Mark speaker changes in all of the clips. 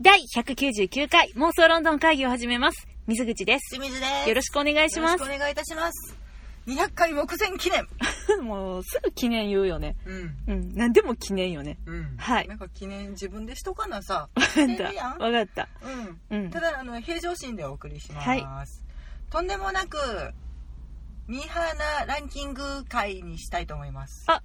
Speaker 1: 第199回妄想ロンドン会議を始めます。水口です。
Speaker 2: 清水です。
Speaker 1: よろしくお願いします
Speaker 2: よろ。しくお願いいたします。200回目前記念。
Speaker 1: もう、すぐ記念言うよね。
Speaker 2: うん。
Speaker 1: うん、なんでも記念よね。
Speaker 2: うん。
Speaker 1: はい
Speaker 2: なんか記念自分でしとかなさ。
Speaker 1: わかっ
Speaker 2: 記念や
Speaker 1: た。わ
Speaker 2: ん
Speaker 1: かった。
Speaker 2: う
Speaker 1: うん
Speaker 2: ん。ただ、あの、平常心でお送りします。
Speaker 1: はい
Speaker 2: とんでもなく、ミーハーなランキング会にしたいと思います。
Speaker 1: あ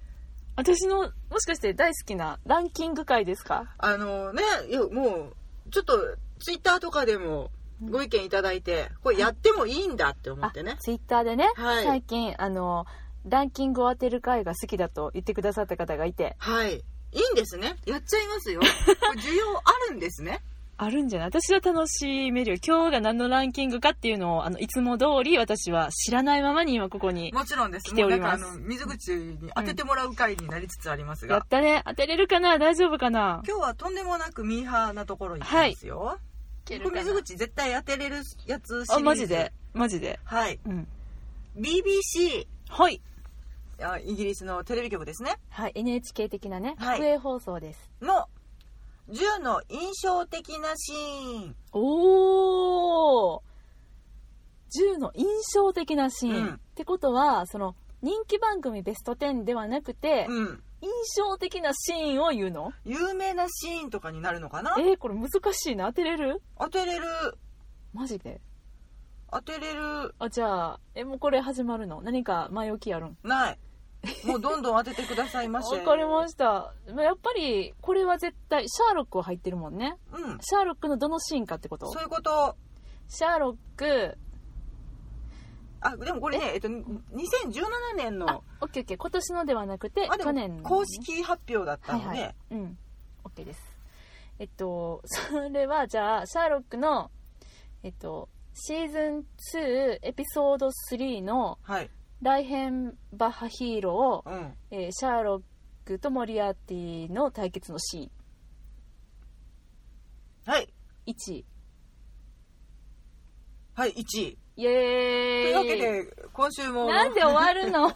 Speaker 1: 私の、もしかして大好きなランキング会ですか
Speaker 2: あのね、いや、もう、ちょっと、ツイッターとかでもご意見いただいて、これやってもいいんだって思ってね。
Speaker 1: ツイッターでね、
Speaker 2: はい
Speaker 1: 最近、あの、ランキングを当てる会が好きだと言ってくださった方がいて、
Speaker 2: はい。いいんですね。やっちゃい ますよ。これ需要あるんですね。
Speaker 1: あるんじゃない私は楽しめるよ。今日が何のランキングかっていうのを、あの、いつも通り私は知らないままに今ここに。
Speaker 2: もちろんです。
Speaker 1: 来ており
Speaker 2: もう
Speaker 1: ま
Speaker 2: な
Speaker 1: す
Speaker 2: んかあの水口に当ててもらう回になりつつあります
Speaker 1: や
Speaker 2: が
Speaker 1: っ、たね。当てれるかな大丈夫かな
Speaker 2: 今日はとんでもなくミーハーなところに行きますよ。これ水口絶対当てれるやつシリーズ。
Speaker 1: あ、マジで。。マジで。
Speaker 2: はい。
Speaker 1: うん。
Speaker 2: BBC、
Speaker 1: はい。
Speaker 2: あイギリスのテレビ局ですね。
Speaker 1: はい、NHK 的なね、
Speaker 2: はい
Speaker 1: 国営放送です。
Speaker 2: の10の印象的なシーン。
Speaker 1: おお銃の印象的なシーン、
Speaker 2: うん
Speaker 1: ってことはその人気番組ベスト10ではなくて、
Speaker 2: うん。
Speaker 1: 印象的なシーンを言うの
Speaker 2: 有名なシーンとかになるのかな
Speaker 1: えー、これ難しいな当てれる
Speaker 2: 当てれる、
Speaker 1: マジで
Speaker 2: 当てれる、
Speaker 1: あじゃあえもうこれ始まるの何か前置きやるん
Speaker 2: ない。もうどんどん当ててくださいま
Speaker 1: わ
Speaker 2: せ。
Speaker 1: かりましたまあやっぱりこれは絶対シャーロックは入ってるもんね
Speaker 2: うん。
Speaker 1: シャーロックのどのシーンかってこと
Speaker 2: そういうこと。
Speaker 1: シャーロック
Speaker 2: あ、でもこれね、えっと、2017年
Speaker 1: あ
Speaker 2: の、
Speaker 1: オッケーオッケー今年のではなくて
Speaker 2: あでも
Speaker 1: 去年のね
Speaker 2: 公式発表だったので、
Speaker 1: はいはい、うん、OK ですえっとそれはじゃあシャーロックのえっとシーズン2エピソード3の
Speaker 2: はい、
Speaker 1: 「ライヘンバッハヒーローを」
Speaker 2: うん。
Speaker 1: えーシャーロックとモリアーティの対決のシ
Speaker 2: はい、
Speaker 1: ーン1
Speaker 2: はい、1位。
Speaker 1: イエ
Speaker 2: というわ
Speaker 1: ー
Speaker 2: け
Speaker 1: イ
Speaker 2: で、今週も。
Speaker 1: なんで終わる の2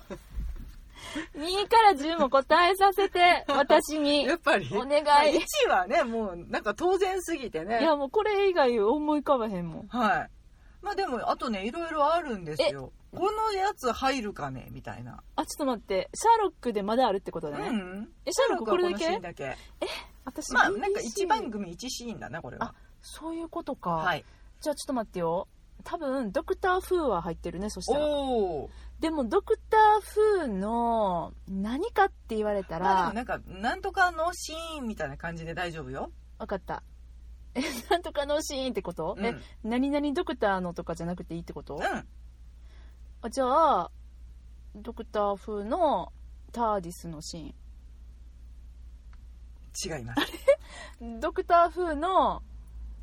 Speaker 1: から10も答えさせて私に
Speaker 2: やっぱり。
Speaker 1: お願い
Speaker 2: まあ1位はね、もう、なんか当然すぎて
Speaker 1: い
Speaker 2: ね。
Speaker 1: やもうこれ以外思い浮かばへんもん
Speaker 2: はい。まあでも、あとね、いろいろあるんですよ。このやつ入るかねみたいな。
Speaker 1: あちょっと待ってシャーロックでまだあるってこと
Speaker 2: う
Speaker 1: だね、
Speaker 2: ん。
Speaker 1: えシャーロックこれだけ
Speaker 2: シャーロックはこのシーンだけ。
Speaker 1: 私
Speaker 2: まあ、なんか
Speaker 1: BBC
Speaker 2: 1番組1シーンだな、これは。
Speaker 1: そういうことか、
Speaker 2: はい。
Speaker 1: じゃあちょっと待ってよ多分ドクター・フーは入ってるねそしたら
Speaker 2: おお。
Speaker 1: でもドクター・フーの何かって言われた
Speaker 2: ま
Speaker 1: ら
Speaker 2: あでもなんか、なんとかのシーンみたいな感じで大丈夫よ。
Speaker 1: 分かったえなんとかのシーンってこと、
Speaker 2: うん。う
Speaker 1: え
Speaker 2: ん。
Speaker 1: 何々ドクターのとかじゃなくていいってことあじゃあドクター・フーのターディスのシ
Speaker 2: 違います。
Speaker 1: ーンドクター・フーの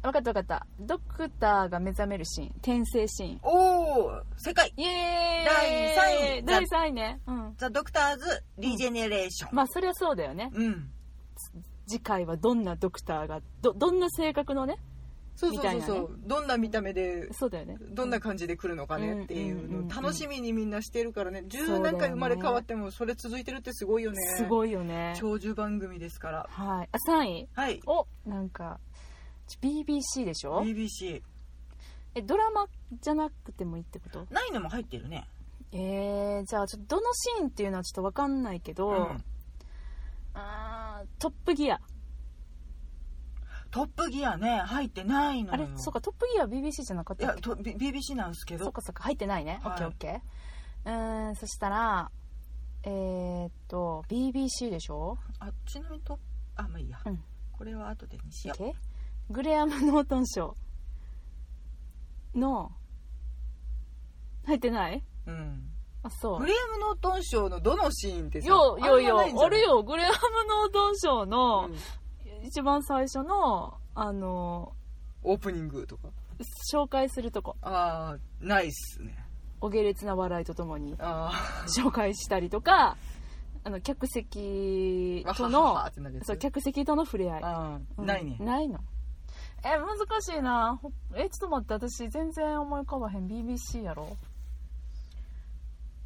Speaker 1: 分かった分かったドクターが目覚めるシーン転生シーン
Speaker 2: おお、世界。
Speaker 1: イエーイ
Speaker 2: 第三位
Speaker 1: 第3位ねうん
Speaker 2: ザ・ドクターズ・リジェネレーション。
Speaker 1: まあそりゃそうだよね
Speaker 2: うん。
Speaker 1: 次回はどんなドクターがどどんな性格のね
Speaker 2: そうそうそう
Speaker 1: みたい
Speaker 2: そ
Speaker 1: な
Speaker 2: う、どんな見た目で、
Speaker 1: そうだよね
Speaker 2: どんな感じで来るのかねっていう
Speaker 1: うんうんうんう
Speaker 2: の
Speaker 1: ん
Speaker 2: を楽しみにみんなしてるからね、
Speaker 1: そうだ
Speaker 2: 十
Speaker 1: よね
Speaker 2: 何回生まれ変わってもそれ続いてるってすごいよね。
Speaker 1: すごいよね
Speaker 2: 長寿番組ですから。
Speaker 1: はいあ3位
Speaker 2: はい。
Speaker 1: おなんかち BBC でしょ
Speaker 2: BBC。
Speaker 1: えドラマじゃなくてもいいってこと
Speaker 2: ないのも入ってるね。
Speaker 1: えー、じゃあちょっとどのシーンっていうのはちょっとわかんないけど、
Speaker 2: うん
Speaker 1: あートップギア
Speaker 2: トップギアね、入ってないのよ。
Speaker 1: あれそうかトップギアは BBC じゃなかっ
Speaker 2: い
Speaker 1: た
Speaker 2: や
Speaker 1: っ、け
Speaker 2: と B- BBC なんですけ
Speaker 1: そっ
Speaker 2: ど、
Speaker 1: かそっか入ってないね、
Speaker 2: はい
Speaker 1: OKOK うーんそしたらえー、っと BBC でしょ
Speaker 2: あ、ちなみにと、あ、まあいいや
Speaker 1: うん。
Speaker 2: これは後でにしよう。
Speaker 1: OK グレアム・ノートン賞の入ってない
Speaker 2: うん。
Speaker 1: あそ
Speaker 2: グ
Speaker 1: う
Speaker 2: レアム・ノートン賞のどのシーンってさ
Speaker 1: よよ
Speaker 2: んま
Speaker 1: よ
Speaker 2: ないんじゃ
Speaker 1: あ
Speaker 2: ない
Speaker 1: るよグレアム・ノートン賞の
Speaker 2: うん
Speaker 1: 一番最初のあの
Speaker 2: オープニングとか
Speaker 1: 紹介するとこ
Speaker 2: ああないっすね
Speaker 1: お下劣な笑いとともに
Speaker 2: あ
Speaker 1: 紹介したりとかあの客席
Speaker 2: あ
Speaker 1: と
Speaker 2: わはは
Speaker 1: の
Speaker 2: はってなるやつ
Speaker 1: そう客席との触れ合い
Speaker 2: あー
Speaker 1: うん
Speaker 2: ないね
Speaker 1: ないのえ難しいなほえちょっと待って私全然思い浮かばへん BBC やろ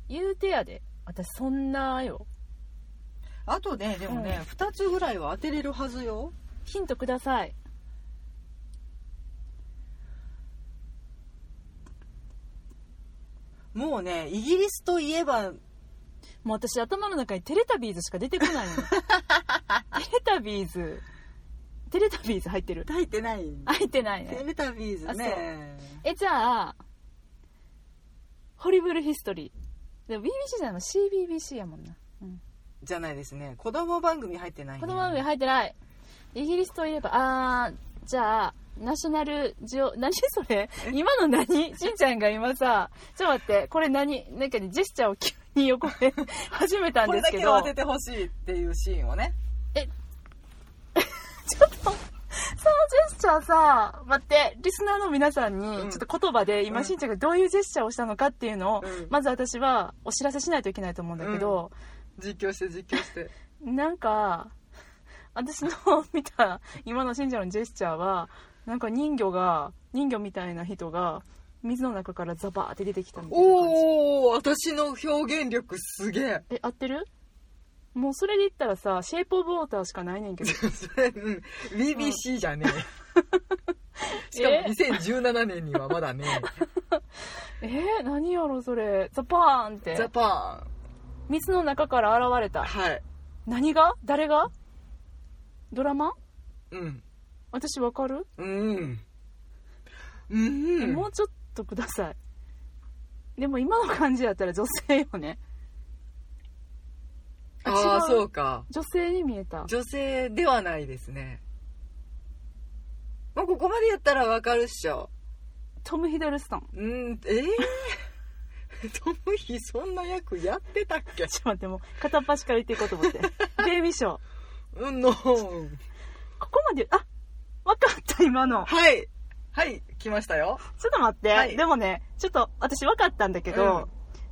Speaker 1: 言うてやで私そんなよ
Speaker 2: あとねでもね、二2つぐらいは当てれるはずよ
Speaker 1: ヒントください
Speaker 2: もうねイギリスといえ
Speaker 1: も
Speaker 2: ば
Speaker 1: う私頭の中にテレタビーズしか出てこ ないのテレタビーズテレタビーズ入ってる
Speaker 2: 抱いてない
Speaker 1: 入ってない
Speaker 2: テ
Speaker 1: ね
Speaker 2: レタビーズね
Speaker 1: えじゃあホリブルヒストリーでも BBC じゃないの CBBC やもんな、うん、
Speaker 2: じゃないですね子供番組入ってないね
Speaker 1: 子供番組入ってないイギリスといえばあーじゃあナショナルジオ 何それ今の何しんちゃんが今さちょっと待ってこれ何なんかねジェスチャーを急に横で 始めたん
Speaker 2: こ
Speaker 1: で
Speaker 2: れ
Speaker 1: す
Speaker 2: だ
Speaker 1: け
Speaker 2: け
Speaker 1: ど
Speaker 2: は当ててほしいっていうシーンをね
Speaker 1: ちょっと、そのジェスチャーさ、待って、リスナーの皆さん
Speaker 2: う
Speaker 1: に、
Speaker 2: ん
Speaker 1: ちょっと言葉で、今、
Speaker 2: うん
Speaker 1: しんちゃんがどういうジェスチャーをしたのかっていうのを、
Speaker 2: うん
Speaker 1: まず私はお知らせしないといけないと思うんだけど、
Speaker 2: 実況して実況 して
Speaker 1: なんか、私の 見た、今のしんちゃんのジェスチャーは、なんか人魚が、人魚みたいな人が、水の中からザバーって出てきたみたいな感じ。
Speaker 2: おお私の表現力すげえ
Speaker 1: え、合ってるもうそれで言ったらさ、シェイプオブウォーターしかないねんけど。
Speaker 2: それ、うん、BBC じゃねえしかも
Speaker 1: え
Speaker 2: 2017年にはまだね
Speaker 1: えー何やろそれ。ザバーンっ
Speaker 2: えジャ
Speaker 1: て。
Speaker 2: パ
Speaker 1: 水の中から現れた
Speaker 2: ン。はい
Speaker 1: 何が誰がドラマ
Speaker 2: うん
Speaker 1: 私わかる、
Speaker 2: うんうん
Speaker 1: えもうちょっとくださいでも今の感じだったら女性よね
Speaker 2: ああ
Speaker 1: 違う
Speaker 2: そうか
Speaker 1: 女性に見えた
Speaker 2: 女性ではないですねまあここまでやったらわかるっしょ
Speaker 1: トム・ヒドルストン
Speaker 2: うんええトムヒそんな役やってたっけ
Speaker 1: ちょっと待ってもう片っ端から言っていこうと 思ってデイビー賞
Speaker 2: うんの
Speaker 1: ここまであわかった今の
Speaker 2: はいはい来ましたよ
Speaker 1: ちょっと待って、
Speaker 2: はい
Speaker 1: でもねちょっと私わかったんだけど、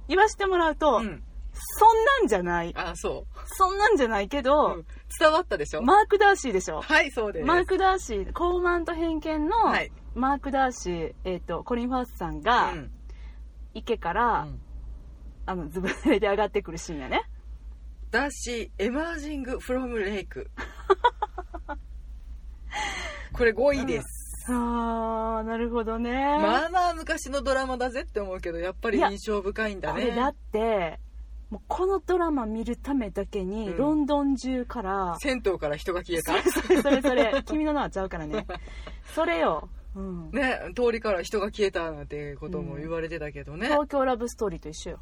Speaker 1: 言わしてもらうと、
Speaker 2: うん
Speaker 1: そんなんじゃない
Speaker 2: あそ
Speaker 1: そんなんじゃないけ
Speaker 2: う、
Speaker 1: ど
Speaker 2: うん、伝わったでしょ、
Speaker 1: マーク・ダーシーでしょ
Speaker 2: はいそうです
Speaker 1: マーク・ダーシー、高慢と偏見の
Speaker 2: はい
Speaker 1: マーク・ダーシー、えっ、と、コリン・ファースさん
Speaker 2: う
Speaker 1: が、
Speaker 2: ん
Speaker 1: 池から、
Speaker 2: うん
Speaker 1: あの、ずぶ濡れで上がってくるシーンやね。
Speaker 2: だしエマージングフロムレイ クこれ5位です、
Speaker 1: あー、なるほどね。
Speaker 2: まあまあ昔のドラマだぜって思うけどやっぱり
Speaker 1: いや
Speaker 2: 印象深いんだ
Speaker 1: あれ
Speaker 2: ね
Speaker 1: だって、もうこのドラマ見るためだけに、
Speaker 2: うん
Speaker 1: ロンドン中から、
Speaker 2: 銭湯から人が消えた
Speaker 1: それそれそれ、君の名はちゃうから ね。それよ。うん。
Speaker 2: ね通りから人が消えたなんてことも言われてたけどね、
Speaker 1: 東京ラブストーリーと一緒よ。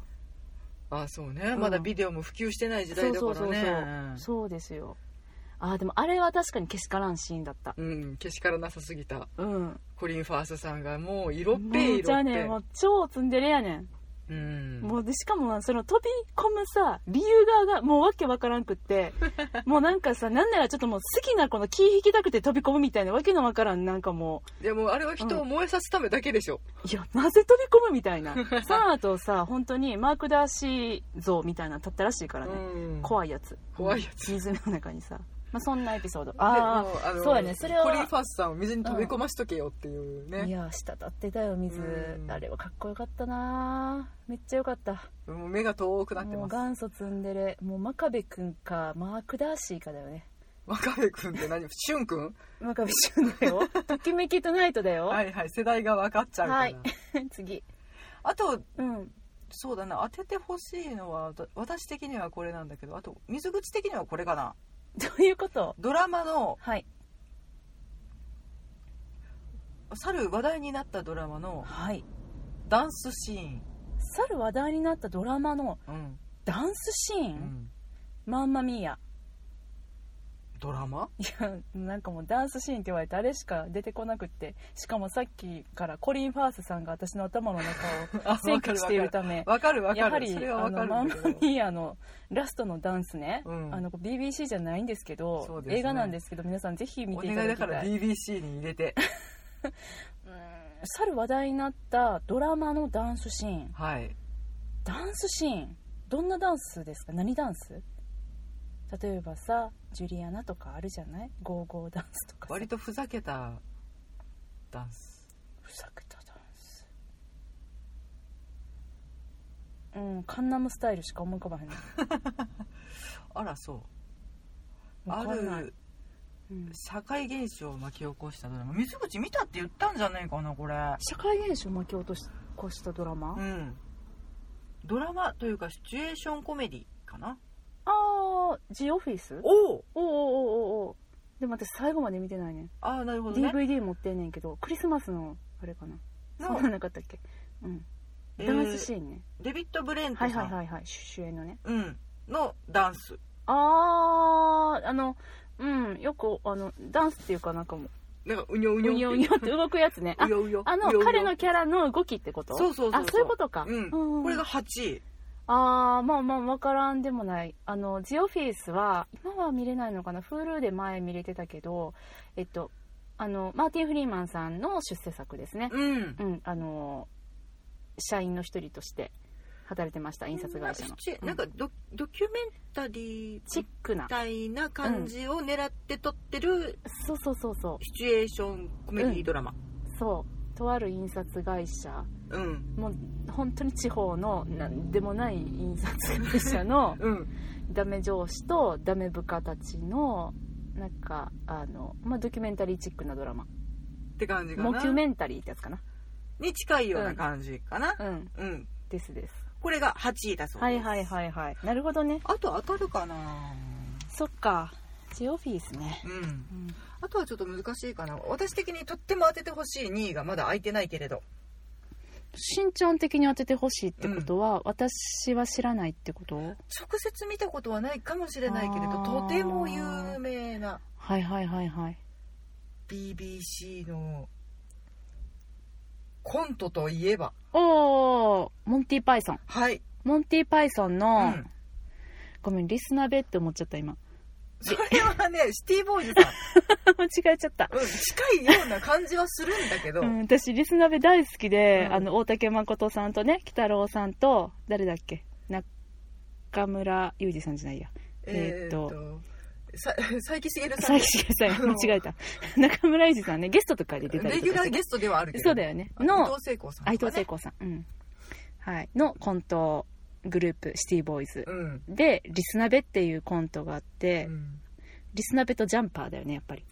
Speaker 2: あそうね、
Speaker 1: うん
Speaker 2: まだビデオも普及してない時代だか
Speaker 1: そう
Speaker 2: ら
Speaker 1: そうそう
Speaker 2: ね
Speaker 1: そうですよ。あー、でもあれは確かにけしからんシーンだった。
Speaker 2: うんけしからなさすぎた
Speaker 1: うん。
Speaker 2: コリン・ファースさんがもう色っぺ
Speaker 1: も
Speaker 2: いう
Speaker 1: じゃあ
Speaker 2: 色っ
Speaker 1: ね
Speaker 2: ぺ
Speaker 1: もう超ツンデレやねん、
Speaker 2: うん
Speaker 1: もうでしかもなその飛び込むさ理由側がもうわけわからんくって もうなんかさなんならちょっともう好きな子の気引きたくて飛び込むみたいなわけのわからんなんかも
Speaker 2: でもあれは人を燃えさすためだけでしょ、
Speaker 1: ういやなぜ飛び込むみたい なその後さ本当にマーク・ダーシー像みたいなの立ったらしいからね、
Speaker 2: うん
Speaker 1: 怖いやつ
Speaker 2: 怖いやつ
Speaker 1: 水の中にさ、まあ、そんなエピソード
Speaker 2: で
Speaker 1: あ
Speaker 2: もうあ
Speaker 1: あそうやねそれは
Speaker 2: コリン・ファースさんを水に飛び込ましとけよっていう
Speaker 1: い
Speaker 2: ね、
Speaker 1: や滴ってたよ水
Speaker 2: うん
Speaker 1: あれはかっこよかったなめっちゃよかった
Speaker 2: もう目が遠くなって
Speaker 1: もう
Speaker 2: ます
Speaker 1: 元祖ツンデレもう真壁君かマーク・ダーシーかだよね
Speaker 2: 若部君って何しゅん君
Speaker 1: 真壁君だよ ときめきトゥナイトだよ
Speaker 2: はいはい世代が分かっちゃうから、
Speaker 1: はい 次
Speaker 2: あと
Speaker 1: うん
Speaker 2: そうだな当ててほしいのはわ私的にはこれなんだけどあと水口的にはこれかな
Speaker 1: どういうこと
Speaker 2: ドラマの
Speaker 1: はい
Speaker 2: 去る話題になったドラマの
Speaker 1: はい
Speaker 2: ダンスシーン、
Speaker 1: 去る話題になったドラマの
Speaker 2: うん
Speaker 1: ダンスシーン、
Speaker 2: うん
Speaker 1: マンマミーヤ
Speaker 2: ドラ マ
Speaker 1: いや なんかもうダンスシーンって言われてあれしか出てこなくってしかもさっきからコリン・ファースさんが私の頭の中を
Speaker 2: あ
Speaker 1: 占拠しているため
Speaker 2: わかる わ
Speaker 1: や
Speaker 2: か
Speaker 1: は
Speaker 2: る
Speaker 1: り
Speaker 2: それは
Speaker 1: あ
Speaker 2: わ
Speaker 1: の
Speaker 2: か
Speaker 1: マ
Speaker 2: る
Speaker 1: ン
Speaker 2: ん
Speaker 1: マ
Speaker 2: だけど
Speaker 1: ミーアのラストのダンスね、
Speaker 2: うん
Speaker 1: あの BBC じゃないんですけ
Speaker 2: そ
Speaker 1: ど
Speaker 2: うですね
Speaker 1: 映画なんですけど皆さんぜひ見
Speaker 2: お
Speaker 1: てい
Speaker 2: 願い
Speaker 1: ただ
Speaker 2: だ
Speaker 1: きた
Speaker 2: か
Speaker 1: い
Speaker 2: ら BBC に入れて
Speaker 1: 去る話題になったドラマのダンスシーン
Speaker 2: はい
Speaker 1: ダンスシーンどんなダンスですか何ダンス例えばさジュリアナとかあるじゃないゴーゴーダンスとかさ
Speaker 2: 割とふざけたダンス
Speaker 1: ふざけたダンスうんカンナムスタイルしか思い浮かばへんの
Speaker 2: あらそうあ
Speaker 1: わかんない
Speaker 2: る
Speaker 1: うん
Speaker 2: 社会現象を巻き起こしたドラマ水口見たって言ったんじゃないかなこれ
Speaker 1: 社会現象を巻き落としこうしたドラマ、
Speaker 2: うんドラマというかシチュエーションコメディかな
Speaker 1: ああジオフィスお
Speaker 2: おお
Speaker 1: おおおおでも私最後まで見てないね
Speaker 2: ああなるほどね
Speaker 1: DVD 持ってんねんけどクリスマスのあれかなそ
Speaker 2: の
Speaker 1: んなんなかったっけうんダンスシーンね、
Speaker 2: デビッド・ブレントさ
Speaker 1: は
Speaker 2: ん、
Speaker 1: いはいはいはい主主演のね
Speaker 2: うん、のダンス
Speaker 1: あああのうんよくあのダンスっていうかなんかも
Speaker 2: なんかうにょう
Speaker 1: う
Speaker 2: にょ
Speaker 1: にょうにょって動くやつねあ
Speaker 2: うようよ
Speaker 1: あの
Speaker 2: うようよ
Speaker 1: 彼のキャラの動きってこと
Speaker 2: そうそうそうそう
Speaker 1: あそういうことか、
Speaker 2: うん
Speaker 1: う
Speaker 2: これが8位
Speaker 1: ああまあまあ分からんでもないあのジオフィスは今は見れないのかな Hulu で前見れてたけどえっとあのマーティン・フリーマンさんの出世作ですね
Speaker 2: うん
Speaker 1: うん、あの社員の一人として働いてました印刷会社の
Speaker 2: シチュエ
Speaker 1: うん
Speaker 2: なんかド,、ドキュメンタリー
Speaker 1: チッ
Speaker 2: み
Speaker 1: クな
Speaker 2: たいな感じを狙って撮ってる
Speaker 1: そうそうそうそう
Speaker 2: シチュエーションコメディドラマ
Speaker 1: そうとある印刷会社
Speaker 2: うん
Speaker 1: もう本当に地方の何でもない印刷会社 の
Speaker 2: うん
Speaker 1: ダメ上司とダメ部下たちのなんかあの、まあ、ドキュメンタリーチックなドラマ
Speaker 2: って感じか
Speaker 1: モキュ
Speaker 2: な
Speaker 1: メンタリーってやつかな
Speaker 2: に近いような感じかな
Speaker 1: うん
Speaker 2: うん、
Speaker 1: ですです
Speaker 2: これが8位だそうです
Speaker 1: はいはいはいはいなるほどね
Speaker 2: あと当たるかな
Speaker 1: そっかジオフィスね、
Speaker 2: うん
Speaker 1: うん
Speaker 2: あとはちょっと難しいかな私的にとっても当ててほしい2位がまだ空いてないけれど
Speaker 1: しんちゃん的に当ててほしいってことは、私は知らないってこと
Speaker 2: 直接見たことはないかもしれないけれど
Speaker 1: あー
Speaker 2: とても有名な
Speaker 1: はいはいはいはい
Speaker 2: BBC のコントといえば
Speaker 1: おーモンティパイソン
Speaker 2: はい、
Speaker 1: モンティパイソン
Speaker 2: う
Speaker 1: の、
Speaker 2: ん、
Speaker 1: ごめんリスナーベって思っちゃった今
Speaker 2: それはねシティボーイズさん、
Speaker 1: 間違えちゃった
Speaker 2: うん、近いような感じはするんだけど、
Speaker 1: うん、私リスナベ大好きで、
Speaker 2: うん
Speaker 1: あの大竹誠さんとね鬼太郎さんと誰だっけ中村裕二さんじゃない やえーっと
Speaker 2: さ 佐伯茂さん
Speaker 1: 佐伯茂さん間違えた 中村裕二さんねゲストとかで出た
Speaker 2: レ
Speaker 1: り
Speaker 2: ギ
Speaker 1: と
Speaker 2: ュ
Speaker 1: か
Speaker 2: ラ
Speaker 1: して、
Speaker 2: ーゲ
Speaker 1: ね、
Speaker 2: ストではあるけど
Speaker 1: そうだよね
Speaker 2: あ伊
Speaker 1: の
Speaker 2: 藤聖子さんとか
Speaker 1: あ
Speaker 2: ね
Speaker 1: 伊藤聖子さん、うんはい、のコントグループシティボーイズ
Speaker 2: うん、
Speaker 1: でリスナベっていうコントがあって、
Speaker 2: うん
Speaker 1: リスナベとジャンパーだよねやっぱり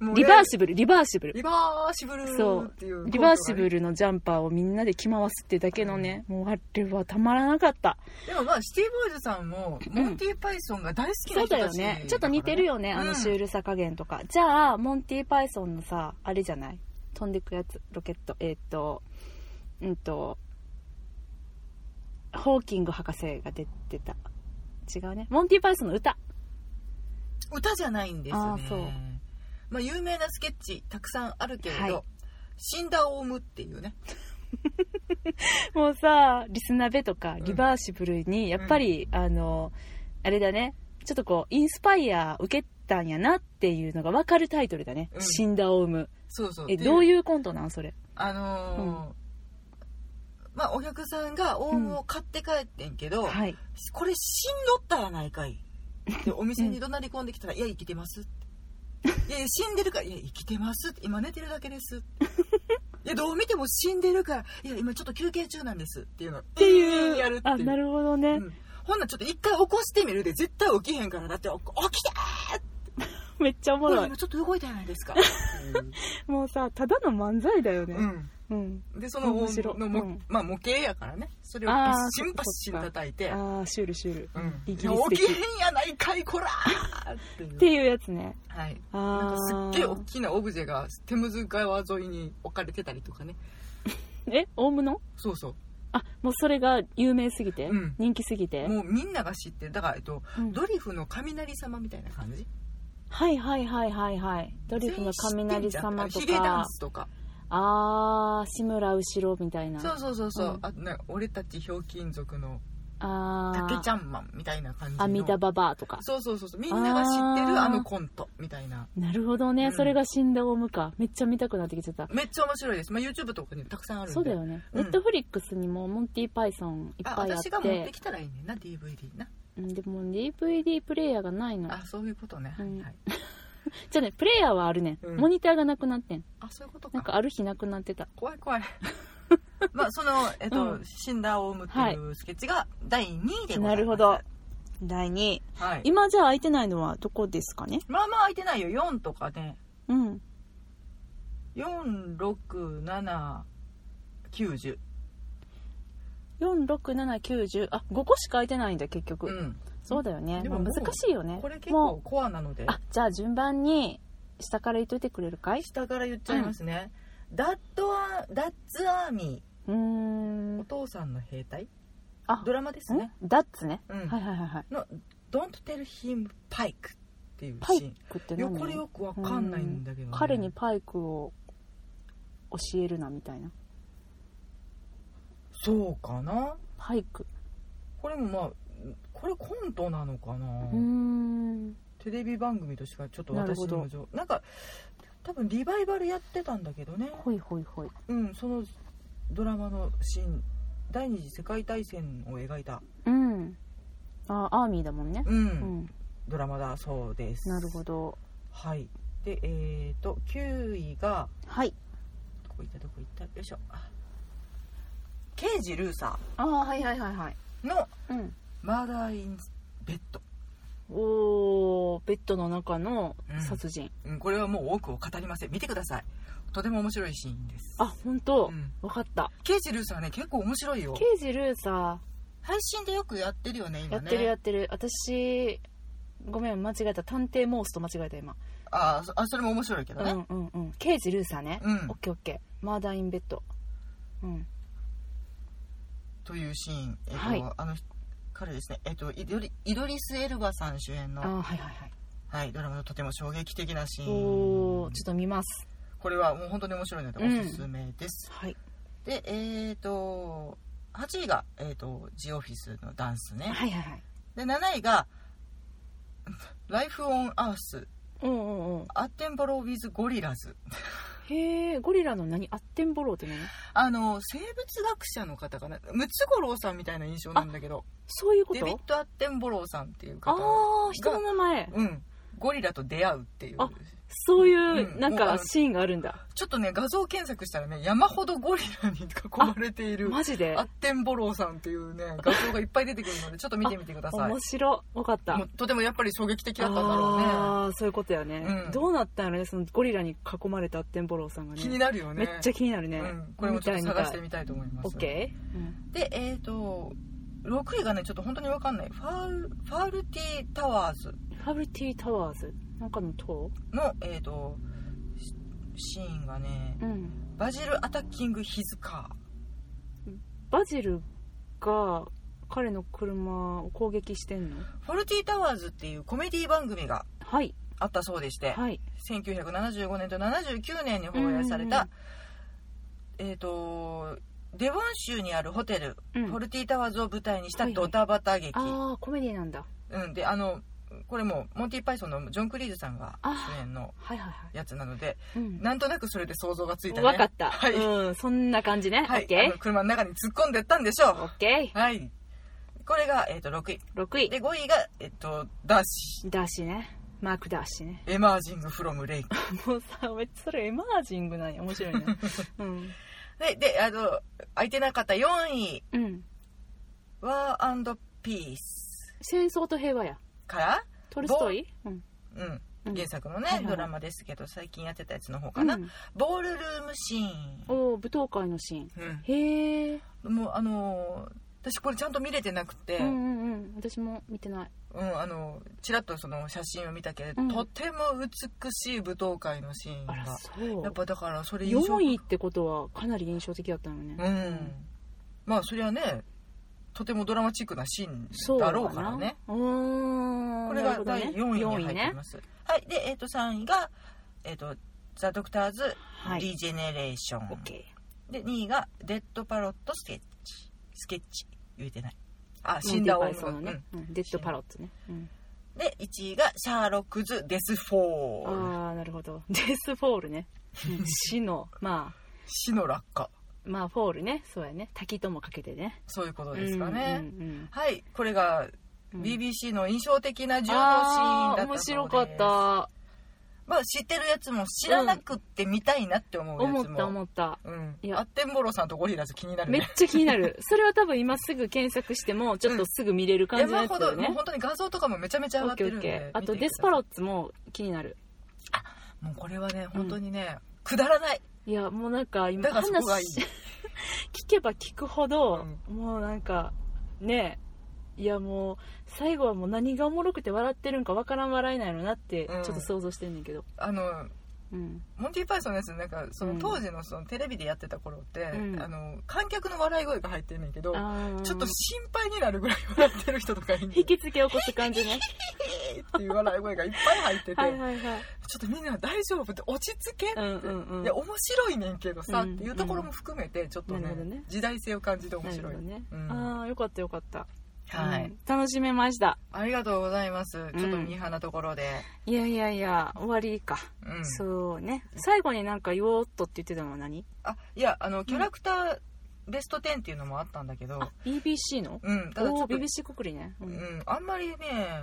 Speaker 2: もう
Speaker 1: リバーシブルリバーシブル
Speaker 2: リバーシブルっていう
Speaker 1: リバーシブ
Speaker 2: ル
Speaker 1: ルのジャンパーをみんなで着回すってだけのね、もうあれはたまらなかった
Speaker 2: でもまあシティボーイズさんも
Speaker 1: ん
Speaker 2: モンティ・パイソンが大好きな
Speaker 1: そう
Speaker 2: 人た
Speaker 1: だ
Speaker 2: ち
Speaker 1: よねちょっと似てる
Speaker 2: よ
Speaker 1: よねあ
Speaker 2: う
Speaker 1: の
Speaker 2: ん
Speaker 1: シュールさ加減とか、じゃあモンティ・パイソンのさあれじゃない飛んでくやつロケットえーっ、とうんとホーキング博士が出てた違うねモンティ・パイソンの歌
Speaker 2: 歌じゃないんですね
Speaker 1: あーそう
Speaker 2: まあ有名なスケッチたくさんあるけれど、
Speaker 1: はい
Speaker 2: 死んだオウムっていうね
Speaker 1: もうさリスナベとか
Speaker 2: ん
Speaker 1: リバーシブルにやっぱり、あのあれだねちょっとこうインスパイア受けたんやなっていうのが分かるタイトルだね「
Speaker 2: うん
Speaker 1: 死んだオウム
Speaker 2: そうそう」
Speaker 1: えどう
Speaker 2: う
Speaker 1: いうコントなんそれ
Speaker 2: あのーまあお客さんがオウムを買って帰ってんけど、
Speaker 1: はい
Speaker 2: これ死んどったらないか いでお店に怒鳴り込んできたら「いや生きてます」って「いやいや死んでるからいや生きてます」って「今寝てるだけです」 いやどう見ても死んでるから「いや今ちょっと休憩中なんです」っていうのっ
Speaker 1: っていう
Speaker 2: やるって
Speaker 1: あ
Speaker 2: いう
Speaker 1: なるほどね、
Speaker 2: うんほんならちょっと一回起こしてみるで絶対起きへんからだって起きて
Speaker 1: めっちゃおも
Speaker 2: ほ
Speaker 1: ろ
Speaker 2: ら
Speaker 1: い
Speaker 2: 今ちょっと動いたじゃないですか、
Speaker 1: もうさただの漫才だよね
Speaker 2: うん
Speaker 1: うん、
Speaker 2: でその
Speaker 1: 面白い
Speaker 2: のも、
Speaker 1: うん
Speaker 2: まあ模型やからねそれを
Speaker 1: あー
Speaker 2: パッシ
Speaker 1: そっ
Speaker 2: ン
Speaker 1: か
Speaker 2: パッシ
Speaker 1: そっ
Speaker 2: ン
Speaker 1: か
Speaker 2: 叩いて
Speaker 1: ああシュールシュール
Speaker 2: うん
Speaker 1: イギ
Speaker 2: い
Speaker 1: リス
Speaker 2: や
Speaker 1: 的
Speaker 2: 起きへんやないかいこらーっていう
Speaker 1: っていうやつね
Speaker 2: はいなん
Speaker 1: あ
Speaker 2: かす
Speaker 1: あ
Speaker 2: っげえ大きなオブジェがテムズ川沿いに置かれてたりとかね
Speaker 1: えオウムの
Speaker 2: そうそ
Speaker 1: あもうそれが有名すぎて、
Speaker 2: うん
Speaker 1: 人気すぎて
Speaker 2: うもうみんなが知ってるだから、えっと、
Speaker 1: うん
Speaker 2: ドリフの雷様みたいな感じ
Speaker 1: はいはいはいはいはいドリフの雷様と
Speaker 2: ヒゲダ
Speaker 1: か
Speaker 2: ンスとか
Speaker 1: ああ志村後ろみたいな
Speaker 2: そうそうそうそう、
Speaker 1: うん
Speaker 2: あとね俺たちひょうきん族の
Speaker 1: あ
Speaker 2: 竹ち
Speaker 1: ゃ
Speaker 2: ゃんマンみたいな感じの
Speaker 1: 阿弥陀ババアとか
Speaker 2: そうそうそうそうみんなが知ってる
Speaker 1: あー
Speaker 2: あのコントみたいな
Speaker 1: なるほどね、
Speaker 2: うん
Speaker 1: それが死んだオウムかめっちゃ見たくなってきちゃった
Speaker 2: めっちゃ面白いです、まあ、YouTube とかにもたくさんあるんで
Speaker 1: そうだよね、
Speaker 2: うん
Speaker 1: ネットフリックスにもモンティパイソンいっ
Speaker 2: あ
Speaker 1: ぱいあっ
Speaker 2: 私が持って
Speaker 1: て
Speaker 2: きたらいいねんな DVD な
Speaker 1: うんでも DVD プレイヤーがないの
Speaker 2: あそういうことね、
Speaker 1: うん
Speaker 2: はいはい
Speaker 1: じゃあねプレイヤーはあるね、、
Speaker 2: うんん
Speaker 1: モニターがなくなってん
Speaker 2: あそういうこと
Speaker 1: なんかある日なくなってた
Speaker 2: 怖 い怖いまあその、えっと
Speaker 1: うん
Speaker 2: 死んだオウムっていうスケッチが第2位でございます、
Speaker 1: なるほど第2位
Speaker 2: はい、
Speaker 1: 今じゃあ空いてないのはどこですかね
Speaker 2: まあまあ空いてないよ4とかね
Speaker 1: うん
Speaker 2: 46790
Speaker 1: 46790あ5個しか空いてないんだ結局、
Speaker 2: うん、
Speaker 1: そうだよね
Speaker 2: で
Speaker 1: ま
Speaker 2: も
Speaker 1: あ難しいよね
Speaker 2: これ結
Speaker 1: も
Speaker 2: 構
Speaker 1: う
Speaker 2: コアなので
Speaker 1: あじゃあ順番に下から言っといてくれるかいう
Speaker 2: 下から言っちゃいますね、ダッドアダッツアーミ
Speaker 1: ー
Speaker 2: ーお
Speaker 1: ん
Speaker 2: 父さんの兵隊
Speaker 1: あ
Speaker 2: ドラマですね
Speaker 1: んダッツね、
Speaker 2: うん
Speaker 1: はいはいはいはい
Speaker 2: の「Don't tell him pike」っていう
Speaker 1: パ
Speaker 2: シーン
Speaker 1: イクって
Speaker 2: いや
Speaker 1: 何
Speaker 2: これよくわかんないんだけど、ね、
Speaker 1: 彼にパイクを教えるなみたいな
Speaker 2: そうかな
Speaker 1: パイク
Speaker 2: これもまあこれコントなのかな、
Speaker 1: うーん
Speaker 2: テレビ番組としかちょっと
Speaker 1: なる
Speaker 2: 私
Speaker 1: ほど
Speaker 2: の情なんか多分リバイバルやってたんだけどね
Speaker 1: ほいほいほい
Speaker 2: うんそのドラマのシーン第二次世界大戦を描いた、
Speaker 1: うんあアーミーだもんね
Speaker 2: うん
Speaker 1: うん
Speaker 2: ドラマだそうです
Speaker 1: なるほど
Speaker 2: はいでえー、と9位が
Speaker 1: はい
Speaker 2: どこ行ったどこ行ったよいしょあ刑事ルーサ
Speaker 1: ああはいはいはいはい
Speaker 2: ーの
Speaker 1: うん
Speaker 2: マーダー・イン・ベッド
Speaker 1: おーベッドの中の殺人、
Speaker 2: うん、これはもう多くを語りません見てくださいとても面白いシーンです
Speaker 1: あ本当、
Speaker 2: うん
Speaker 1: 分かった
Speaker 2: ケイジルーさんね結構面白いよ
Speaker 1: 刑事ルーさ
Speaker 2: 配信でよくやってるよね
Speaker 1: や
Speaker 2: 今
Speaker 1: っ
Speaker 2: ね
Speaker 1: てるやってる私ごめん間違えた探偵モースと間違えた今、
Speaker 2: あーそあそれも面白いけ
Speaker 1: う
Speaker 2: どね、
Speaker 1: んうんうん刑事ルーサーね、
Speaker 2: うん
Speaker 1: オッケーオッケーマーダーインベッドうん
Speaker 2: というシーン、えっと
Speaker 1: はい
Speaker 2: あの彼ですね、えっと、イドリイドリス・エルバさん主演
Speaker 1: あ
Speaker 2: の、
Speaker 1: ーはいはいはい
Speaker 2: はい、ドラマのとても衝撃的なシーン
Speaker 1: おーちょっと見ます
Speaker 2: これはもう本当に面白いので
Speaker 1: うん
Speaker 2: おすすめです、
Speaker 1: はい
Speaker 2: でえっ、と8位が、えっとジオフィスのダンスね、
Speaker 1: はいはいはい
Speaker 2: で7位が「ライフ・オン・アース」
Speaker 1: うんうんうん
Speaker 2: アッテンボロー・ウィズ・ゴリラズ
Speaker 1: へえゴリラの何アッテンボローって何
Speaker 2: あの生物学者の方かなムツゴロウさんみたいな印象なんだけど
Speaker 1: そういうこ
Speaker 2: デビッ
Speaker 1: と
Speaker 2: ド・アッテンボロウさんっていう
Speaker 1: あ
Speaker 2: 方
Speaker 1: あー人の名前
Speaker 2: うんゴリラと出会うっていう
Speaker 1: あそういう、
Speaker 2: うん
Speaker 1: なん
Speaker 2: もうあ
Speaker 1: か
Speaker 2: の
Speaker 1: シーンがあるんだ
Speaker 2: ちょっとね画像検索したらね山ほどゴリラに囲まれている
Speaker 1: マジで
Speaker 2: アッテンボロウさんっていうね画像がいっぱい出てくるのでちょっと見てみてください
Speaker 1: 面白分かった
Speaker 2: もうとてもやっぱり衝撃的だったんだろうね
Speaker 1: ああそういうことやね、
Speaker 2: うん
Speaker 1: どうなったんやろねそのゴリラに囲まれたアッテンボローさんがね
Speaker 2: 気になるよ
Speaker 1: め
Speaker 2: ね
Speaker 1: っちゃ気になるね、
Speaker 2: うん、これもちょっと探してみたいと思います
Speaker 1: オッケー、
Speaker 2: でえっ、と6位がねちょっと本当に分かんないファールファールティータワーズ
Speaker 1: ファブリティタワーズなんかの塔
Speaker 2: のえっ、としシーンがね
Speaker 1: うん
Speaker 2: バジル・アタッキング・ヒズ・カ
Speaker 1: バジルが彼の車を攻撃してんの
Speaker 2: ーファルティータワーズっていうコメディ番組が
Speaker 1: はい
Speaker 2: あったそうでして、
Speaker 1: はい
Speaker 2: 1975年と79年に放映された、えっ、とデボン州にあるホテル、
Speaker 1: うん
Speaker 2: フォルティータワーズを舞台にした
Speaker 1: はいはい
Speaker 2: ドタバタ劇、
Speaker 1: ああコメディなんだ
Speaker 2: うん、であのこれもモンティ・パイソンのジョン・クリーズさんが主演の
Speaker 1: はいはいはい、
Speaker 2: やつなので
Speaker 1: うん、
Speaker 2: なんとなくそれで想像がついたね。
Speaker 1: 分かった、
Speaker 2: はい。
Speaker 1: うんそんな感じね、オ
Speaker 2: は
Speaker 1: ッ
Speaker 2: い。あ
Speaker 1: ケ
Speaker 2: の車の中に突っ込んでったんでしょ
Speaker 1: ーオ
Speaker 2: う。
Speaker 1: ッケ
Speaker 2: はい。これが、えっ、と、6位。
Speaker 1: ー6位
Speaker 2: で、5位が、えっ、と、ダッシ
Speaker 1: ダッシュねマークダッシュね
Speaker 2: ュ。エマージングフロムレイク。
Speaker 1: もうさめっちゃそれエマージングなんや面白いね うん
Speaker 2: で、で、あの、空いてなかった4位、
Speaker 1: うん
Speaker 2: ワーピース
Speaker 1: 戦争と平和や
Speaker 2: から、
Speaker 1: トルストイ、うん、
Speaker 2: うん。
Speaker 1: うん
Speaker 2: 原作のね、
Speaker 1: はいはいはい
Speaker 2: ドラマですけど、最近やってたやつの方かな。
Speaker 1: うん
Speaker 2: ボールルームシーン。
Speaker 1: おお舞踏会のシーン
Speaker 2: う
Speaker 1: へえ、
Speaker 2: ん。もう、あのー私これちゃんと見れてなくて、
Speaker 1: うんうんうん私も見てない
Speaker 2: うん、あのちらっとその写真を見たけれど、
Speaker 1: うん
Speaker 2: とても美しい舞踏会のシーン
Speaker 1: あら
Speaker 2: が
Speaker 1: そう
Speaker 2: やっぱだからそれ以上
Speaker 1: 4位ってことはかなり印象的だったのね
Speaker 2: うんまあそれはねとてもドラマチックなシーン
Speaker 1: そう
Speaker 2: だろうからね
Speaker 1: うーん
Speaker 2: これ
Speaker 1: な
Speaker 2: が
Speaker 1: るほど
Speaker 2: 第
Speaker 1: ね
Speaker 2: 4位に
Speaker 1: 四
Speaker 2: 入っています、はいで、えっと3位が、えっと「ザ・ドクターズ・
Speaker 1: はい
Speaker 2: リジェネレーション」
Speaker 1: オッケ
Speaker 2: で2位が「デッド・パロット・スケッチ」スケッチ言うてないあ
Speaker 1: ー
Speaker 2: 死んだ女
Speaker 1: そのね、うんデッドパロットね、うん
Speaker 2: うんで1位が「シャーロックズ・デス・フォール」
Speaker 1: ああなるほど デスフォールね、うん死のまあ
Speaker 2: 死の落下
Speaker 1: まあフォールねそうやね滝ともかけてね
Speaker 2: そういうことですかね、
Speaker 1: うんうんうん
Speaker 2: はいこれが
Speaker 1: うん
Speaker 2: BBC の印象的な柔道シーンだったそうです
Speaker 1: あー面白かった
Speaker 2: まあ知ってるやつも知らなくって見たいなって思うやつも
Speaker 1: 思った思った
Speaker 2: うん
Speaker 1: いや
Speaker 2: アッテンボロさんとゴリラズ気になる
Speaker 1: めっ
Speaker 2: ね
Speaker 1: ちゃ気にな るそれは多分今すぐ検索してもちょっとすぐ見れる感じの
Speaker 2: 山
Speaker 1: やつ
Speaker 2: ほ
Speaker 1: だ
Speaker 2: ど、
Speaker 1: よ
Speaker 2: もう
Speaker 1: ね、
Speaker 2: 本当に画像とかもめちゃめちゃ上
Speaker 1: オッ
Speaker 2: がっ
Speaker 1: ケーオ
Speaker 2: て
Speaker 1: ッ
Speaker 2: るん
Speaker 1: ケ
Speaker 2: で
Speaker 1: ーあと
Speaker 2: 見て
Speaker 1: デ
Speaker 2: くだ
Speaker 1: ス
Speaker 2: さい
Speaker 1: パロッツも気になる
Speaker 2: もうこれはね本当にね、くだらない
Speaker 1: いやもうなんか今
Speaker 2: だからそこがいい
Speaker 1: 話聞聞けば聞くほど、もうなんかねいやもう最後はもう何がおもろくて笑ってるんかわからん笑いないのなってち
Speaker 2: う
Speaker 1: ょ
Speaker 2: ん
Speaker 1: っと想像してんねんけど、
Speaker 2: あの
Speaker 1: うん、
Speaker 2: モンティ・パイソンのやつなんかその
Speaker 1: うん
Speaker 2: 当時のそのテレビでやってた頃って、
Speaker 1: うん
Speaker 2: あの観客の笑い声が入ってんねんけど、
Speaker 1: あー
Speaker 2: ちょっと心配になるぐらい笑ってる人とかいんねん
Speaker 1: 引きつけ起こす感じね
Speaker 2: っていう笑い声がいっぱい入ってて
Speaker 1: はいはいはい
Speaker 2: ちょっとみんな大丈夫って落ち着けって、
Speaker 1: うんうんうん
Speaker 2: で面白いねんけどさ、
Speaker 1: うん
Speaker 2: っていうところも含めてちょっと
Speaker 1: な
Speaker 2: ね
Speaker 1: るほどね
Speaker 2: 時代性を感じて面
Speaker 1: なる
Speaker 2: 白
Speaker 1: ほ
Speaker 2: い、
Speaker 1: どね、
Speaker 2: うん
Speaker 1: ああよかったよかった、
Speaker 2: はい、
Speaker 1: うん楽しめました
Speaker 2: ありがとうございます
Speaker 1: ん
Speaker 2: ちょっとミーハーなところで、
Speaker 1: いやいやいや終わりか、
Speaker 2: うん
Speaker 1: そうね最後になんか言おうっとって言ってたのは何
Speaker 2: あいやあのキャラクターベスト10っていうのもあったんだけど、
Speaker 1: あ BBC の
Speaker 2: うん、ただち
Speaker 1: お
Speaker 2: ょ
Speaker 1: お
Speaker 2: っと
Speaker 1: BBC 国りね、う
Speaker 2: うんん、あんまりね、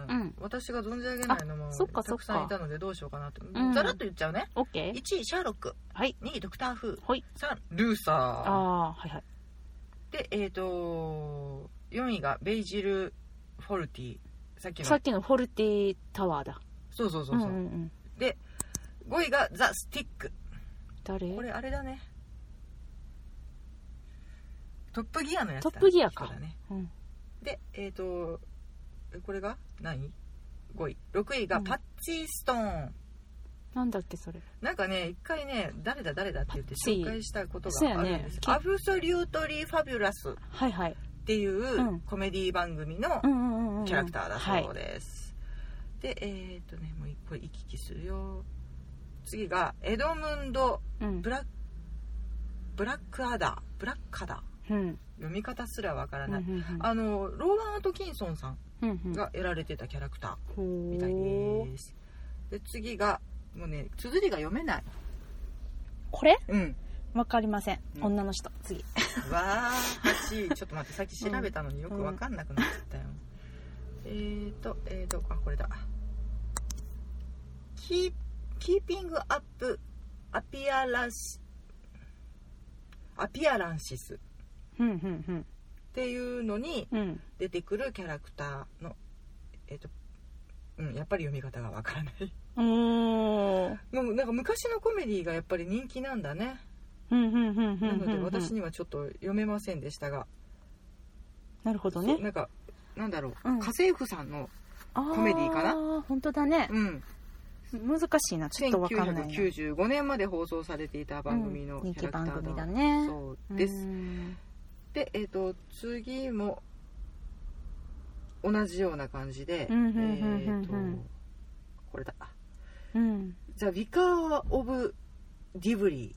Speaker 1: うん
Speaker 2: 私が存じ上げないのも
Speaker 1: あそっか
Speaker 2: たくさん
Speaker 1: そっ
Speaker 2: い
Speaker 1: か
Speaker 2: たのでどうしようかなと、
Speaker 1: ん
Speaker 2: ざらっと言っちゃうね
Speaker 1: OK?
Speaker 2: 1位シャーロック
Speaker 1: はい
Speaker 2: 2位ドクター・フー
Speaker 1: はい
Speaker 2: 3位ルーサー
Speaker 1: ああーはいはい
Speaker 2: でえっ、と4位がベイジル・フォルティさっきの
Speaker 1: さっきのフォルティタワーだ
Speaker 2: そうそうそうそう、
Speaker 1: んうんうん、
Speaker 2: で5位がザ・スティック
Speaker 1: 誰
Speaker 2: これあれだねトップギアのやつだ、ね、
Speaker 1: トップギアか
Speaker 2: 人だね
Speaker 1: うん、
Speaker 2: でえっ、とこれが何位 ?5 位6位がパッチー・ストーン、
Speaker 1: なんだっけそれ
Speaker 2: なんかね一回ね誰だ誰だって言って紹介したこと
Speaker 1: そうや
Speaker 2: があるん
Speaker 1: ね
Speaker 2: です、アブソリュートリー・ファビュラスっ
Speaker 1: はいはい
Speaker 2: ていううんコメディ番組の
Speaker 1: うんうんうんうん
Speaker 2: キャラクターだ
Speaker 1: はい
Speaker 2: そうです、でえっ、とねもうこれ行き来するよ次がエドムンド・
Speaker 1: うん
Speaker 2: ブラックブラックアダーブラックアダー
Speaker 1: うん
Speaker 2: 読み方すらわから
Speaker 1: うんう
Speaker 2: ない、
Speaker 1: ん
Speaker 2: あのローワン・アトキンソンさん
Speaker 1: うんうん
Speaker 2: が得られてたキャラクタ
Speaker 1: ほ
Speaker 2: ーみたい
Speaker 1: ー
Speaker 2: ですで次がもうね綴りが読めない
Speaker 1: これ
Speaker 2: うん
Speaker 1: わかりません、
Speaker 2: うん
Speaker 1: 女の人次
Speaker 2: わーしちょっと待ってさっき調べたのによく分かんなくなっちゃったよ、えーとえーとあこれだキーキーピングアップアピアランシアピアランシスっ
Speaker 1: うんうん
Speaker 2: ていうのに
Speaker 1: うんうん
Speaker 2: 出てくるキャラクターのえっ、とうんやっぱり読み方がわからない
Speaker 1: おー
Speaker 2: もうなんか昔のコメディがやっぱり人気なんだね
Speaker 1: うんうんうんうんうん
Speaker 2: なの
Speaker 1: う
Speaker 2: で
Speaker 1: ん
Speaker 2: 私にはちょっと読めませんでしたが
Speaker 1: なるほどね
Speaker 2: なんかなんだろう、
Speaker 1: うん
Speaker 2: 家政婦さんの
Speaker 1: コ
Speaker 2: メディかな
Speaker 1: 本当だね
Speaker 2: うん、
Speaker 1: 難しいなちょっとわかんないな
Speaker 2: 1995年まで放送されていた番組の
Speaker 1: うん人
Speaker 2: キャ
Speaker 1: 気
Speaker 2: ラクター
Speaker 1: 番
Speaker 2: だ,、
Speaker 1: 組だね
Speaker 2: そうです、
Speaker 1: うん
Speaker 2: で、えー、と次も同じような感じで、
Speaker 1: うんうんうん
Speaker 2: えーと
Speaker 1: うん
Speaker 2: これだ
Speaker 1: うん
Speaker 2: 「ザ・ビカー・オブ・ディブリ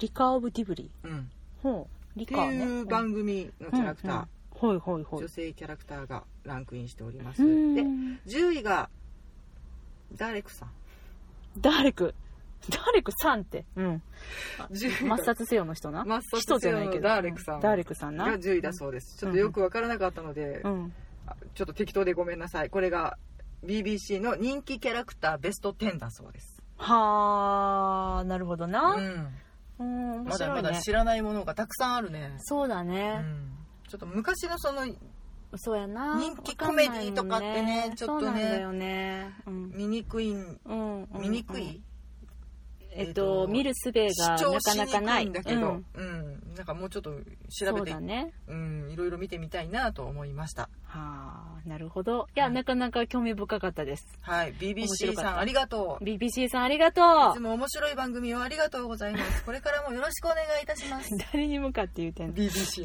Speaker 1: リカー・オブ・ディブリ
Speaker 2: ー」うん、
Speaker 1: ーほうリ
Speaker 2: って
Speaker 1: カーね
Speaker 2: いう番組のキャラクター、
Speaker 1: うんうんほいほいほい
Speaker 2: 女性キャラクターがランクインしております、
Speaker 1: うん
Speaker 2: で10位がダーレクさん
Speaker 1: ダレクダレクさんってうん
Speaker 2: 10位が
Speaker 1: 抹殺せよの人な
Speaker 2: 抹殺せよの
Speaker 1: 人じゃないけど
Speaker 2: ダーレクさん
Speaker 1: ダーレクさんな
Speaker 2: が10位だそうですちょっとよくわからなかったので、
Speaker 1: うん
Speaker 2: あちょっと適当でごめんなさいこれが BBC の人気キャラクターベスト10だそうです、
Speaker 1: はあなるほどな
Speaker 2: うん
Speaker 1: うん面
Speaker 2: まだ
Speaker 1: 白
Speaker 2: ま
Speaker 1: い
Speaker 2: だ
Speaker 1: ね
Speaker 2: 知らないものがたくさんあるね、
Speaker 1: そうだ
Speaker 2: う
Speaker 1: ね
Speaker 2: ん、ちょっと昔のその
Speaker 1: そうやな
Speaker 2: 人気コメディとかっ
Speaker 1: わ
Speaker 2: てね
Speaker 1: んないもん
Speaker 2: ちょっ
Speaker 1: そう
Speaker 2: とね
Speaker 1: なんだよねうん
Speaker 2: 醜い
Speaker 1: うんうん
Speaker 2: 醜
Speaker 1: うん
Speaker 2: い
Speaker 1: えっと見るすべが
Speaker 2: 主張
Speaker 1: なか
Speaker 2: し
Speaker 1: な
Speaker 2: にく
Speaker 1: かないい
Speaker 2: んだけど、
Speaker 1: う
Speaker 2: うんんなんかもうちょっと調
Speaker 1: そう
Speaker 2: べて
Speaker 1: だね
Speaker 2: うん、いろいろ見てみたいなと思いました
Speaker 1: はあなるほどいや、
Speaker 2: はい
Speaker 1: なかなか興味深かったです
Speaker 2: はい
Speaker 1: 面白
Speaker 2: BBC
Speaker 1: かっ
Speaker 2: さん
Speaker 1: た
Speaker 2: ありがとう
Speaker 1: BBC さんありがと
Speaker 2: いつ
Speaker 1: う
Speaker 2: も面白い番組をありがとうございますこれからもよろしくお願いいたします
Speaker 1: 誰に向かって言うてんの
Speaker 2: BBC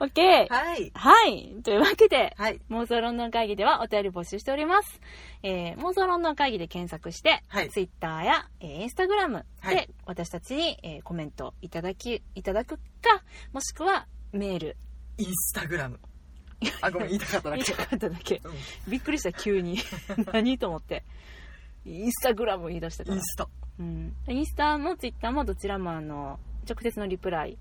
Speaker 1: オッケー
Speaker 2: はい
Speaker 1: はいというわけで
Speaker 2: はい
Speaker 1: 妄想論の会議ではお便り募集しております。えー、妄想論の会議で検索して、
Speaker 2: はい
Speaker 1: ツイッターや、えー、インスタグラム
Speaker 2: は
Speaker 1: で
Speaker 2: い
Speaker 1: 私たちに、えーコメントいただき、いただくか、もしくはメール。
Speaker 2: インスタグラムあごめん言いたかっただ
Speaker 1: 言い
Speaker 2: け
Speaker 1: たかっただけ。
Speaker 2: う
Speaker 1: びっくりした、急に。 何と思って。インスタグラム言い出したか
Speaker 2: んイ
Speaker 1: ら
Speaker 2: ン。スタ
Speaker 1: うん。インスタもツイッターもどちらもあの、直接のリプライ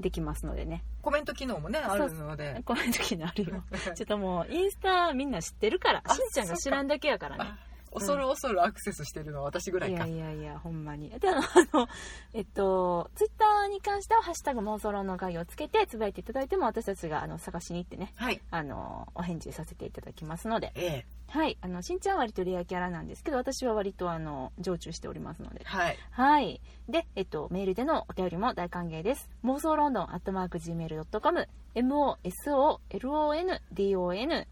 Speaker 1: できますのでね。
Speaker 2: コメント機能もねあるの で
Speaker 1: こういう時にあるよ。ちょっともう、インスタみんな知ってるから、しんちゃんが知らんだけやからね。
Speaker 2: あ恐る恐るアクセスしてるのは私ぐらい
Speaker 1: い
Speaker 2: か
Speaker 1: やいやいやほんまにであのあの えっとツイッターに関しては「ハッシュタグ妄想論の会」をつけてつぶやいていただいても私たちがあの探しに行ってね
Speaker 2: はい
Speaker 1: あのお返事させていただきますので
Speaker 2: ええ
Speaker 1: はいあのしんちゃんは割とレアキャラなんですけど私は割とあの常駐しておりますので
Speaker 2: はい
Speaker 1: はい。で、えっと、メールでのお便りも大歓迎です。妄想ロンドンアットマーク Gmail.com、MOSOLONDON、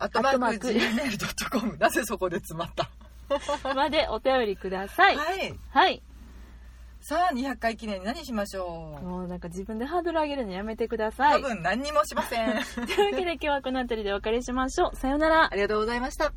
Speaker 2: あとマ
Speaker 1: マ
Speaker 2: ー
Speaker 1: ー
Speaker 2: ク
Speaker 1: ク
Speaker 2: Gmail.com なぜそこで詰まった
Speaker 1: までお便りください。はい。
Speaker 2: はいさあ200回記念何しましょう
Speaker 1: もうなんか自分でハードル上げるのやめてくださ
Speaker 2: 多
Speaker 1: い。というわ
Speaker 2: 分何にもしません
Speaker 1: けで今日はこの辺りでお別れしましょう。さようなら。
Speaker 2: ありがとうございました